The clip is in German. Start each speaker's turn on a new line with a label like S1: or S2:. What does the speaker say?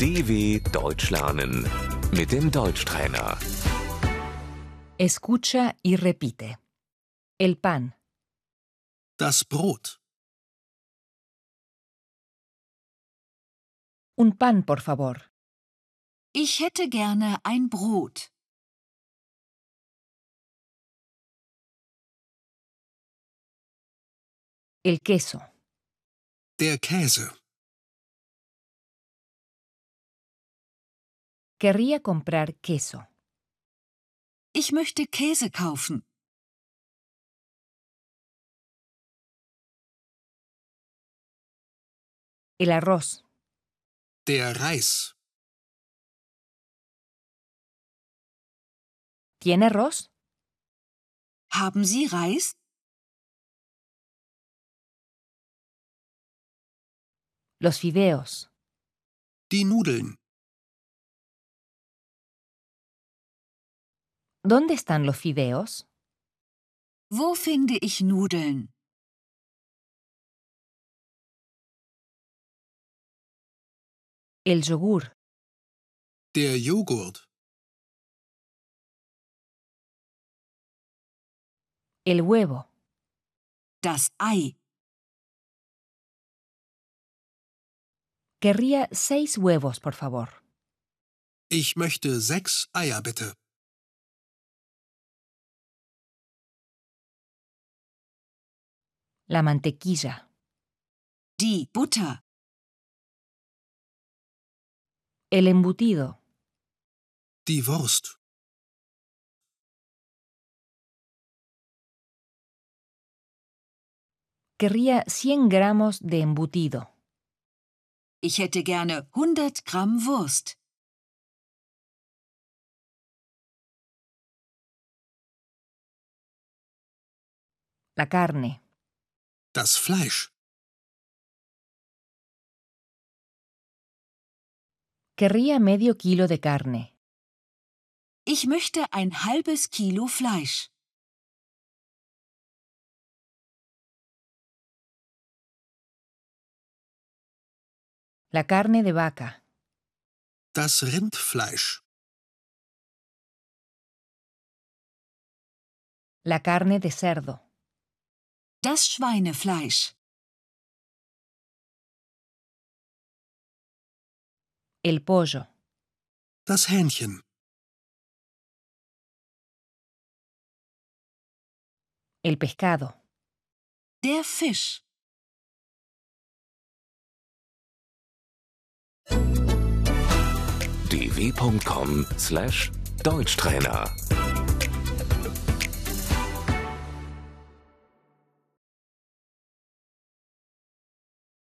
S1: DW Deutsch lernen mit dem Deutschtrainer.
S2: Escucha y repite. El pan,
S3: Das Brot.
S2: un pan por favor.
S4: Ich hätte gerne ein Brot.
S2: El queso,
S3: Der Käse.
S2: querría comprar queso.
S4: Ich möchte Käse kaufen.
S2: El arroz,
S3: Der Reis.
S2: ¿tiene arroz?
S4: Haben Sie Reis?
S2: Los fideos,
S3: Die Nudeln.
S2: ¿dónde están los fideos?
S4: Wo finde ich Nudeln?
S2: El yogur,
S3: Der Joghurt.
S2: el huevo,
S4: Das Ei.
S2: querría seis huevos por favor.
S3: Ich möchte sechs Eier bitte.
S2: La mantequilla,
S4: Die Butter.
S2: el embutido,
S3: Die Wurst.
S2: querría 100 gramos de embutido.
S4: Ich hätte gerne 100 Gramm Wurst.
S2: La carne,
S3: Das Fleisch.
S2: querría medio kilo de carne.
S4: Ich möchte ein halbes Kilo Fleisch.
S2: La carne de vaca.
S3: Das Rindfleisch.
S2: La carne de cerdo,
S4: Das Schweinefleisch.
S2: el pollo,
S3: Das Hähnchen.
S2: el pescado,
S4: Der Fisch.
S1: dw.com/deutschtrainer